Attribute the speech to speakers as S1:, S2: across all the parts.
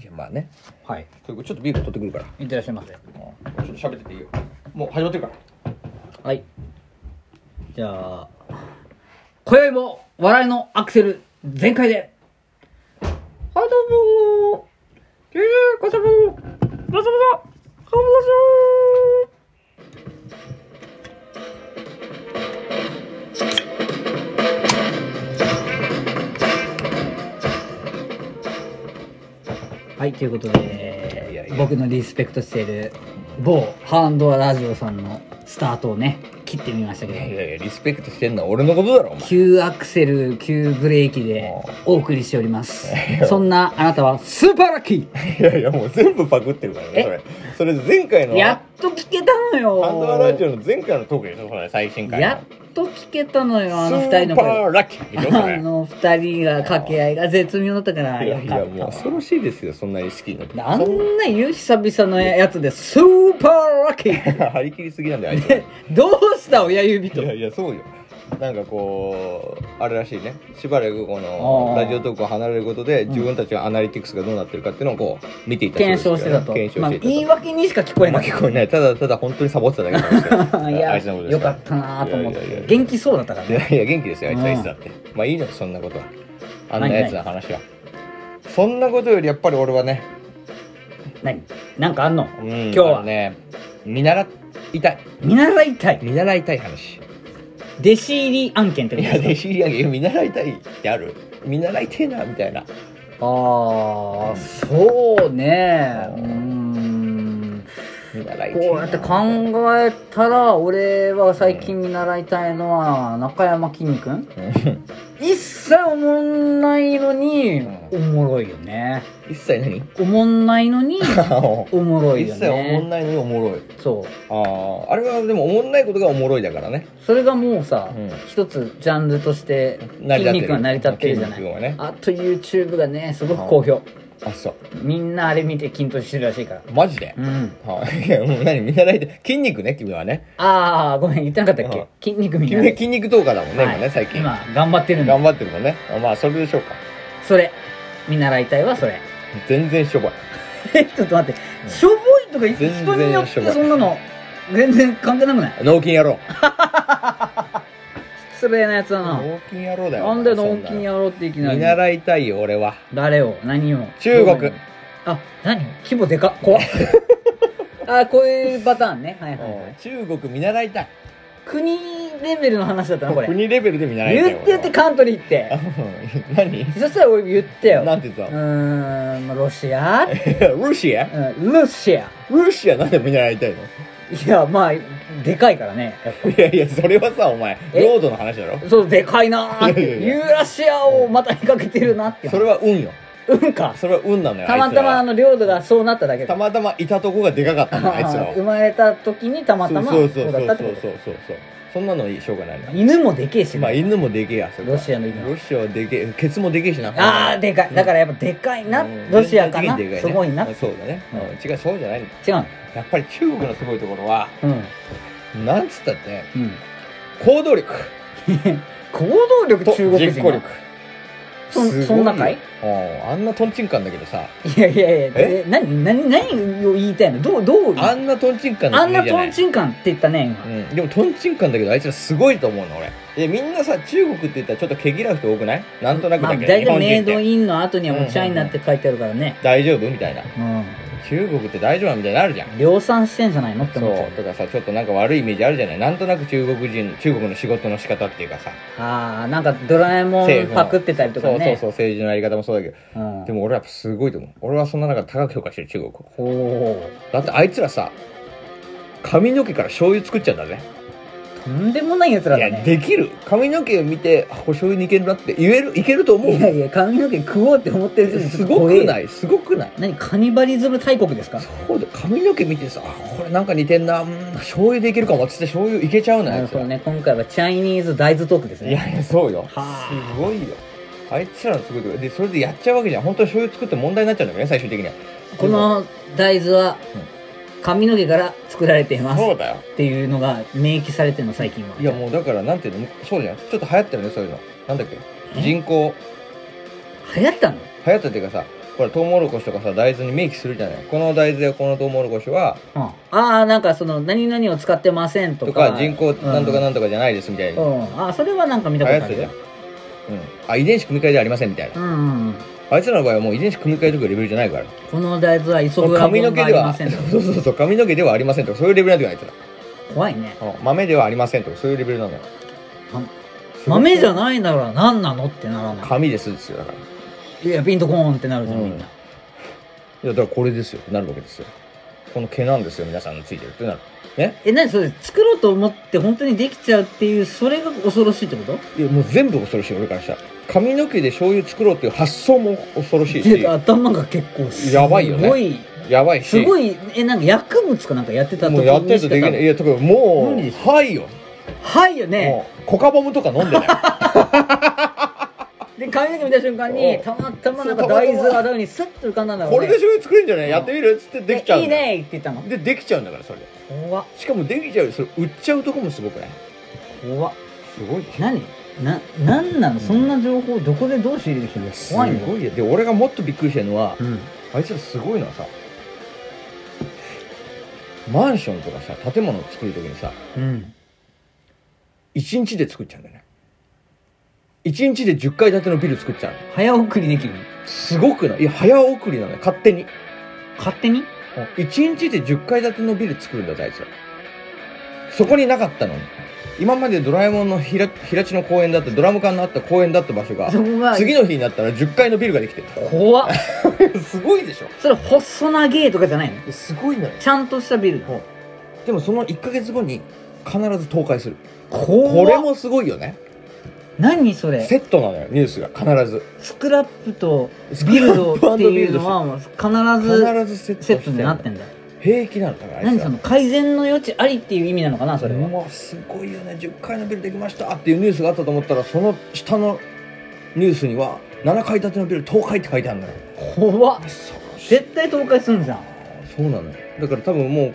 S1: いやまあね
S2: はい
S1: ちょっとビール取ってくるから
S2: いってらっしゃいませ
S1: ちょっと喋ってていいよもう始まってるから
S2: はいじゃあ今宵も笑いのアクセル全開で
S1: はいどうもーえー、ガチャボーガチャボーカモ
S2: はいということで
S1: いやいや
S2: 僕のリスペクトしている某ハンドアラジオさんのスタートをね切ってみましたけ
S1: いやい
S2: ど
S1: やいやリスペクトしてんのは俺のことだろお前
S2: 急アクセル急ブレーキでお送りしておりますそんなあなたはスーパーラッキー
S1: いやいやもう全部パクってるからねそれそれ前回の
S2: やっと聞けたのよ
S1: ハンドアラジオの前回のトークでしょそれ最新回の
S2: やっと聞けたのよあの二人
S1: スー
S2: の
S1: パ
S2: 声
S1: ーラッキー でしょそ
S2: あ
S1: れ
S2: の二人が掛け合いが絶妙だったから
S1: い
S2: よ
S1: やいやもう
S2: かった
S1: 恐ろしいですよそんなに好きになって
S2: あんな言う久々のやつでスーパーラッキー
S1: 張り切りすぎなんだよあいつ
S2: どうした親指と
S1: いやいやそうよなんかこうあれらしいねしばらくこの
S2: あー
S1: ラジオトークを離れることで自分たちのアナリティクスがどうなってるかっていうのをこう見ていた
S2: 検証してたと
S1: そうですよ
S2: まあ
S1: ね検証していたと、
S2: 言い訳にしか聞こえ
S1: ま
S2: な
S1: あ
S2: い
S1: 聞こえないただただ本当にサボってただけなんですけ ど
S2: い
S1: あ
S2: や
S1: いつのことです
S2: よからったなと思っ
S1: いやいやいや
S2: て元気そうだったから
S1: い
S2: ね
S1: やいや元気ですよあいつ
S2: うん
S1: あいつだってまあいいのよそんなことはあんなやつの話はそんなことよりやっぱり俺はね、
S2: 何なんかあんの
S1: うん
S2: 今日
S1: あの
S2: は
S1: ね見習いたい
S2: 見習いたい
S1: 見習いたい話
S2: 弟子入り案件ってこ
S1: い
S2: と
S1: や弟
S2: です
S1: 子入り上げ見習いたいってある見習いてえなみたいな
S2: かああそうねうーん
S1: 見習いてえな
S2: こうやって考えたら俺は最近見習いたいのは中山きんに君一切おもんないのにおもろいよね
S1: 一切 何
S2: おもんない のにおもろい
S1: 一
S2: よ
S1: 切おもん
S2: ね
S1: ないのにおもろい
S2: そう
S1: あああれはでもおもんないことがおもろいだからね
S2: それがもうさ、
S1: うん
S2: 一つジャンルとして筋肉が成り立ってるじゃな
S1: 筋
S2: い
S1: 肉はね
S2: あと YouTube がねすごく好評
S1: あそう
S2: みんなあれ見て筋トレしてるらしいから
S1: マジで
S2: うん
S1: はいい やもう何見習いて筋肉ね君はね
S2: ああごめん言ってなかったっ
S1: うん
S2: け筋肉見
S1: 君
S2: な
S1: は
S2: れ
S1: 筋肉動画だもんね、
S2: はい
S1: 今ね最近
S2: 今頑張ってるんだ
S1: 頑張ってるもんねあまあそれでしょうか
S2: それ見習いたい はそれ
S1: 全然しょぼい
S2: えちょっと待ってしょぼいとか人によっ
S1: 全然しょぼ
S2: て
S1: い
S2: そんなの全然関係なくない
S1: 脳筋野郎
S2: 失礼なやつだな
S1: 脳筋野郎だよ
S2: なんで脳筋やろうっていきな
S1: 見
S2: り
S1: 習いたいよ俺は
S2: 誰を何を
S1: 中国
S2: どこにあ何規模でかっ 怖っあこういうパターンねはいはい、はい、
S1: 中国見習いたい
S2: 国レベルの話だったなこれ
S1: 国レベルで見習いたい
S2: 言ってて
S1: か
S2: カントリーって
S1: 何
S2: そしたら俺言ってよ
S1: なんて言って
S2: う
S1: たの
S2: ーんまあロシア、う
S1: ロシア
S2: ん、ロシア
S1: ロシアなんで見習いたいの
S2: いやまあでかいからねやっぱ
S1: いやいや、それはさ、お前、
S2: え
S1: 領土の話だろ
S2: そうでかいなーって
S1: いやいやいや
S2: ユーラシアをまたにかけてるなって
S1: それは運よ。
S2: うんか
S1: それは運なのよ。
S2: たまたま
S1: あ
S2: あ
S1: い
S2: の領土がそうなっただけ
S1: つらはた
S2: で
S1: またまいたとこがでかかったの、あいつらは。
S2: 生まれた時にたまたま
S1: そ
S2: そうう
S1: そう
S2: だ
S1: そ
S2: っ
S1: う
S2: た
S1: そ
S2: っ
S1: う
S2: て
S1: そ
S2: こ
S1: うそうそうそう。そんなのしょうがない
S2: と
S1: な。
S2: 犬もでけえしね
S1: まあ、犬もでけえや、それは
S2: ロシアの犬
S1: ロシアはでけえ、ケツもでけえしな。
S2: あーでかいだからやっぱでかいな
S1: うん
S2: ロシアかな
S1: 全体的にで
S2: すごいな違
S1: ねそうだね。
S2: う
S1: うんん違う、そうじゃないんだ。
S2: うの
S1: やっぱり中国のすごいところは、
S2: うん
S1: なんつったって、
S2: うん
S1: 行動力
S2: 行動力
S1: と
S2: 中国人
S1: 実行
S2: が
S1: 力。
S2: そん
S1: すごいよ
S2: そんなかい
S1: うんあんなトンチンカンだけどさ、
S2: いやいやいや
S1: え
S2: え何何何を言いたいのどうどう
S1: あんなトンチンカン
S2: あ
S1: だ
S2: ん
S1: けじゃ
S2: な
S1: ない
S2: トンチンカンって言ったね今
S1: うん、でもトンチンカンだけどあいつらすごいと思うの俺でみんなさ中国って言ったらちょっと毛嫌う人多くないなんとなく
S2: まあ
S1: だけど、
S2: 大
S1: 日
S2: 体
S1: 本
S2: メ
S1: 人
S2: イ
S1: って
S2: ドインの後にはもうチャイナって書いてあるからね
S1: 大丈夫みたいな
S2: うん
S1: 中国って大丈夫なみたいになるじゃん
S2: 量産してんじゃないのって
S1: そ
S2: 思っちゃう
S1: うとかさちょっとなんか悪いイメージあるじゃないなんとなく中国人中国の仕事の仕方っていうかさ
S2: ああなんかドラえも
S1: 政
S2: ん
S1: 府の
S2: パクってたりとか
S1: そうそう
S2: ね
S1: そう政治のやり方もそうだけど
S2: うん
S1: でも俺はやっぱすごいと思う俺はそんな中高く評価してる中国を
S2: ほう
S1: だってあいつらさ髪の毛から醤油作っちゃうんだぜ
S2: とんでもないやつら
S1: い
S2: だ
S1: や
S2: ね
S1: できる髪の毛見てあこれ醤油にいけるなって言えるいけると思う
S2: いやいや髪の毛食おうって思ってる時点です
S1: ごくないいすごくない
S2: 何カニバリズム大国ですか
S1: そうだ髪の毛見てさあこれなんか似てんなうん醤油でいけるかもっつって醤油いけちゃうのよ
S2: な
S1: あ
S2: る
S1: いつ
S2: ほ
S1: ら
S2: どね今回はチャイニーズ大豆トークです
S1: い
S2: ね
S1: やいやそうよ
S2: はあ
S1: すごいよあいつらのすごいとこでそれでやっちゃうわけじゃん本当に醤油作って問題になっちゃうんだよね最終的には
S2: この大豆は髪の毛から作られています
S1: そうだよ
S2: っていうのが明記されてるの最近はい
S1: やもうだからなんていうのそうじゃんちょっと流行ってるねそういうのなんだっけ
S2: え
S1: 人口
S2: 流行ったの
S1: 流行ったっていうかさこほらトウモロコシとかさ大豆に明記するじゃないこの大豆やこのトウモロコシは
S2: うんああなんかその何々を使ってませんと
S1: と
S2: か
S1: か人口なんとかなんとかじゃないですみたいな、
S2: う
S1: うん
S2: ん、うん、あそれはなんか見たことあるよ
S1: あ遺伝子組み換えじゃありませんみたいな
S2: うんうんうん
S1: あいつらの場合はもう遺伝子組み換えとかレベルじゃないから
S2: この大豆は急ぐ
S1: 髪の毛
S2: があ
S1: で
S2: り
S1: は
S2: ませんとか
S1: そうそうそう髪の毛ではありませんとかそういうレベルなんだよあい
S2: 怖い ね
S1: つらうん豆ではありませんとかそういうレベルなんだよ
S2: 豆じゃないなら何なのってならな
S1: 紙ですですよだからい
S2: いいやピンとコーンってなるじゃん、
S1: うん
S2: みんな
S1: やだからこれですよなるわけですよこの毛なんですよ皆さんのついてるってなるね
S2: え何それ作ろうと思って本当にできちゃうっていうそれが恐ろしいってこと
S1: いやもう全部恐ろしい俺からしたら髪の毛で醤油作ろうっていう発想も恐ろしい
S2: ていう
S1: し
S2: か頭が結構す
S1: やばいよね
S2: ごい
S1: やばいし
S2: すごいえなんか薬物かなんかやってた
S1: もうやってるとできないいやとかも
S2: 無理でし
S1: うはいよ
S2: はいよね
S1: もうコカボムとか飲ん でない
S2: で髪の毛見た瞬間に
S1: うん
S2: たまたまなんか大豆が頭にスッと浮かんだんだろ
S1: こ
S2: う
S1: れ
S2: ね
S1: で醤油作れるんじゃないやってみるっつってできちゃうん
S2: いい
S1: だよ
S2: ねって言ったの
S1: でできちゃうんだからそれで
S2: 怖っ
S1: しかもできちゃうよそれ売っちゃうとこもすごくない
S2: 怖っ
S1: すごいでしょ
S2: 何な何なのそんな情報どこでどう仕入れてきてるの
S1: す
S2: 怖い
S1: ご
S2: の
S1: いよで俺がもっとびっくりしたのは
S2: うん
S1: あいつらすごいのはさマンションとかさ建物を作るときにさ
S2: うん
S1: 1日で作っちゃうんだよね1日で10階建てのビル作っちゃうの
S2: 早送りできる
S1: すごくないいや早送りなのよ勝手に
S2: 勝手に
S1: 1日で10階建てのビル作るんだってあいつらそこになかったのに今までドラえもんの平平地の公園だったドラム缶のあった公園だった場所が
S2: そこが
S1: 次の日になったら10階のビルができてる
S2: 怖っ
S1: すごいでしょ
S2: それ細長えとかじゃないの
S1: すごいのよ
S2: ちゃんとしたビルだ
S1: でもその1ヶ月後に必ず倒壊するこれ
S2: 怖っ
S1: もすごいよね
S2: 何それ
S1: セットなのよニュースが必ず
S2: スクラップとビルドっていうのはもう必ず
S1: 必ずセット
S2: セットになって
S1: の
S2: んだ
S1: 平気なのだからあいつら
S2: 何その改善の余地ありっていう意味なのかなそれは
S1: もうすごいよね10階のビルできましたっていうニュースがあったと思ったらその下のニュースには7階建てのビル倒壊って書いてあるんだよ
S2: 怖っ
S1: 恐ろしい
S2: 絶対倒壊するじゃん
S1: そうなのよだから多分もう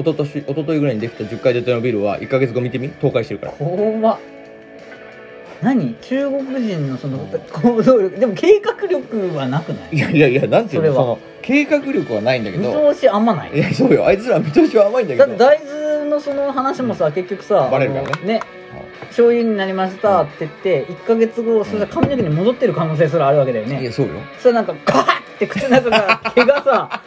S1: 一昨年一昨日ぐらいにできた10階建てのビルは1ヶ月後見てみ倒壊してるから
S2: 怖っ何中国人のその
S1: うん
S2: 行動力でも計画力はなくない
S1: いやいやいやなんていうの
S2: そ
S1: そ
S2: れは
S1: の計画力はないんだけ
S2: 見
S1: ど
S2: 通しあんまない
S1: いやそうよあいつら見通しは甘いんだ
S2: だっ
S1: け
S2: て
S1: ど
S2: 大豆のその話もさ結局さ
S1: バレるからね
S2: あのね醤油になりましたって言って1か月後それじゃ髪の毛に戻ってる可能性すらあるわけだよ
S1: い
S2: ね
S1: やそうよ
S2: それなんかカーッて口の中が毛 がさ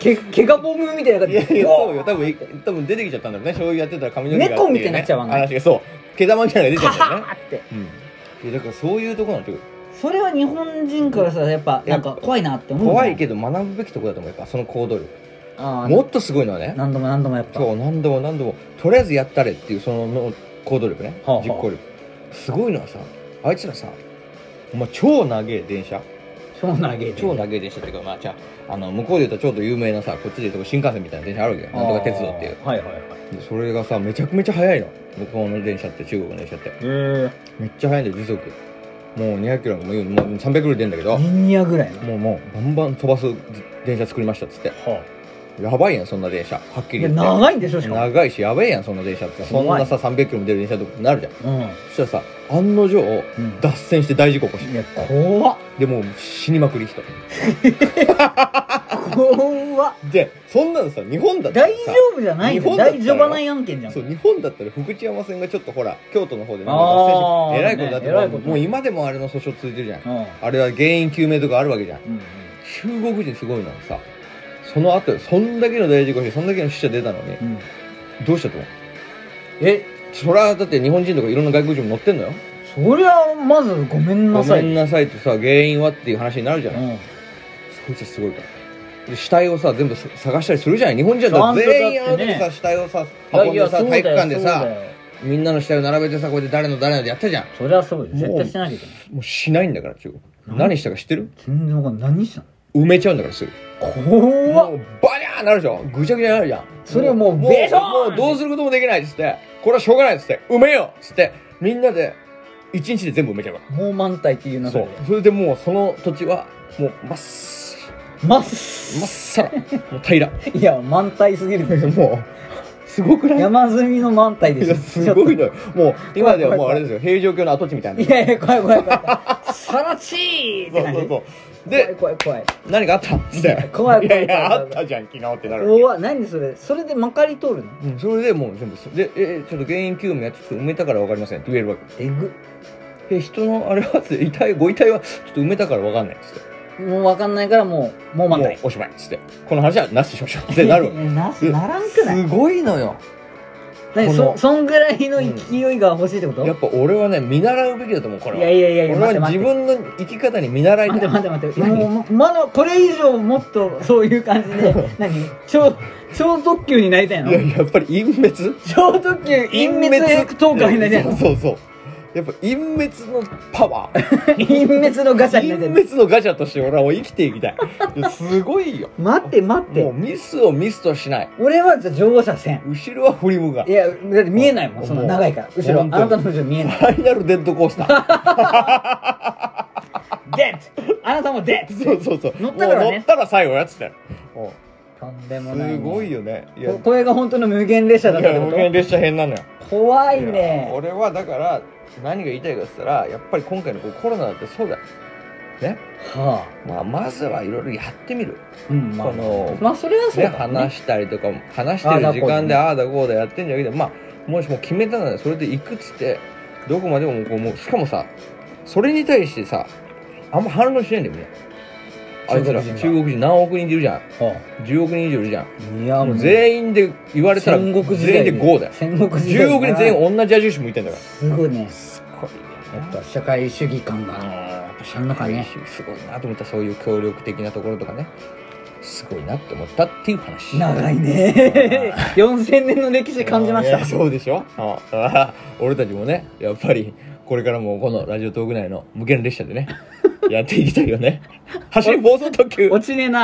S2: 毛毛がボムみたいな感
S1: い
S2: じ
S1: やい
S2: で
S1: やそうよ多分い多分出てきちゃったんだろうね醤油やってたら髪の毛が
S2: 猫みたいになっちゃうわね
S1: 話がそう毛玉みたいなのが出ち
S2: カ
S1: ゃったんだよね
S2: ーッて
S1: うん、いやだからそういうとこなんて
S2: それは日本人からさやっぱなんか怖いなって思う
S1: 怖いけ
S2: け
S1: ど学ぶべきとこだと思うやっぱその行動力
S2: あ
S1: もっとすごいのはね
S2: 何度も何度もやっぱ
S1: 今日何度も何度もとりあえずやったれっていうその行動力ね、
S2: はあはあ
S1: 実行力すごいのはさあいつらさお前超長え電車
S2: 超投げて
S1: 超長え電車っていうかまあじゃああの向こうで言うとちょっと有名なさこっちで言うと新幹線みたいな電車あるわけよなんとか鉄道っていう
S2: あーはいはいはい
S1: でそれがさめちゃくめちゃ速いの向こうの電車って中国の電車って
S2: え
S1: めっちゃ速いんだよ時速もう200キロもう300キロ出るんだけど
S2: リニアぐらい
S1: も
S2: の
S1: うもうバンバン飛ばす電車作りましたっつってやばいやんそんな電車はっきり
S2: いや
S1: 言って
S2: 長いんでしょしかも
S1: 長いしやべえやんそんな電車ってそんなさ300キロも出る電車とかなるじゃん
S2: うん
S1: そしたらさ案の定
S2: うん
S1: 脱線して大事故起こし
S2: いや怖っ
S1: でもう死にまくり人
S2: 怖っ
S1: でそんなのさ日本だったら
S2: 大
S1: さ
S2: 丈夫じゃない
S1: 日
S2: よ
S1: 本だった
S2: 大
S1: ら
S2: 序盤ない案件じゃん
S1: そう日本だったら福知山線がちょっとほら京都の方でなん
S2: あ
S1: か
S2: ー
S1: 脱線してえらいことだって、
S2: ねえらいこと
S1: もう今でもあれの訴訟続いてるじゃん
S2: うん
S1: あれは原因究明とかあるわけじゃん
S2: うん
S1: 中国人すごいのはさその後よそんだけの大事故してそんだけの死者出たのに
S2: うん
S1: どうしたと思う
S2: え
S1: そりゃだって日本人とかいろんな外国人も乗ってんのよ
S2: そりゃまずごめんな
S1: ご
S2: さ
S1: め
S2: い
S1: んなさいとさ原因はっていう話になるじゃない、
S2: うん
S1: そいつすごいからで死体をさ全部さ探したりするじゃない日本人だったら全員
S2: ち
S1: あ
S2: ゃ
S1: の
S2: んとだってね
S1: 時さ死体をさ
S2: いや
S1: 運ん
S2: い
S1: で
S2: や
S1: さ
S2: そうだ
S1: 体
S2: よ
S1: 育館で
S2: そう
S1: さ
S2: だよ
S1: みんなの死体を並べてさこうやって誰の誰のでやったじゃん
S2: そりゃそうよ
S1: もう
S2: 絶対してないけど
S1: もうしないんだから中
S2: なん
S1: 国何したか知ってる
S2: 全然わかんない何したの
S1: 埋めちゃうんだからすぐ
S2: 怖
S1: も
S2: っ
S1: うバリャーなるじゃんぐちゃぐちゃになるじゃん
S2: それもう
S1: もう
S2: ベトーン
S1: もうどうすることもできないっつってこれはしょうがないっつって埋めようっつってみんなで一日で全部埋めちゃうか
S2: もう満体っていう
S1: ら
S2: の
S1: そ
S2: で
S1: うそれでもうその土地はもうまっす
S2: まっ
S1: まっさ らもう平ら
S2: いや満体すぎるでしょ
S1: もうすごくない
S2: 山積みの満体で
S1: い
S2: しょ
S1: やすごいのよもう今ではもうあ
S2: 怖い怖い怖い
S1: れですよ平城京の跡地みたいない
S2: やいや、怖い怖い怖い。さらちーって
S1: そう
S2: 感
S1: そうそ
S2: じ。
S1: う
S2: 怖い
S1: で
S2: 怖い怖い
S1: 何があったっつって
S2: 怖い怖い怖
S1: や
S2: い怖い
S1: いやあったじゃん昨日ってなるわけ
S2: うわ何それそれでまかり通るの
S1: うんそれでもう全部すでええちょっと原因究明はちょっと埋めたから分かりませんって言えるわけ
S2: えぐ
S1: え人のあれはつって遺体ご遺体はちょっと埋めたから分かんないっつって
S2: もう分かんないからもうもうま
S1: も
S2: か
S1: う
S2: り
S1: おしまいっつってこの話はなしにしましょうってなるわけ
S2: えなならんくない
S1: すごいのよ
S2: 何
S1: こ
S2: そ
S1: の
S2: そんぐらいの勢いが欲しいってこと、
S1: やっぱ俺はね見習うべきだと思うこれ
S2: い
S1: は
S2: やいやいやいや待っ
S1: 俺
S2: て
S1: は
S2: 待
S1: 自
S2: って
S1: 分の生き方に見習いた
S2: 待って
S1: い
S2: 待って待ってもうまだこれ以上もっとそういう感じで何超超特急になりたいの
S1: いややっぱり隠滅
S2: 超特急隠滅エクトーカーになりたいの
S1: そうそうそうやっぱ隠滅のパワー
S2: 隠滅のガチャにな
S1: 隠
S2: りたいの
S1: 滅のガチャとして俺はもう生きていきたいいやすごいよ
S2: 待って待っ
S1: もう
S2: て
S1: ミスをミスとしない
S2: 俺はじゃあ乗車せん
S1: 後ろは振り向か
S2: いやだって見えないもんその
S1: もう
S2: 長いから後ろあ
S1: 本当に
S2: なたの後ろ見えない
S1: ファイナルデッドコースタ ー
S2: デッあなたもデッ
S1: そうそうそう
S2: 乗ったからね
S1: もう乗ったら最後やつだよも
S2: とんで
S1: う
S2: もないね
S1: すごいよねいや
S2: ここれが本当の無限列車だっ
S1: い
S2: たって
S1: や
S2: こ
S1: 無限列車編なのよ
S2: と怖い
S1: いや
S2: ね
S1: 俺はだから何が言いたいかって言ったらやっぱり今回のこうコロナだってそうだよね、
S2: は
S1: まあ、まずはいろいろやってみる、
S2: あうんまあ
S1: この、
S2: まあそれはそ
S1: ね、
S2: うだろうね
S1: 話したりとかも話してる時間でああだこうだやってんじゃなくてまあもしもう決めたならそれで行くっつってどこまでもこうもうしかもさそれに対してさあんま反論しないんだよねあいつら
S2: 中
S1: 中
S2: 国人が
S1: 国人何億人いるじゃん
S2: は
S1: 10億人以上いるじゃん
S2: あいや
S1: も
S2: も
S1: う
S2: う
S1: 全員で言われたら全
S2: 戦
S1: 員
S2: 国時代
S1: で5だよ
S2: 戦国時代
S1: 10億人全員同じ矢印向いてんだから
S2: すごいね
S1: すごいね
S2: やっぱ社会主義感が
S1: そんな感じすごいなと思ったそういう協力的なところとかねすごいなって思ったっていう話
S2: 長いね 4000年の歴史感じまし
S1: い
S2: た
S1: やそうでしょああ 俺たちもねやっぱりこれからもこのラ ジオトーク内の無限列車でねやっていきたいよね走り暴走特急
S2: 落ちねえな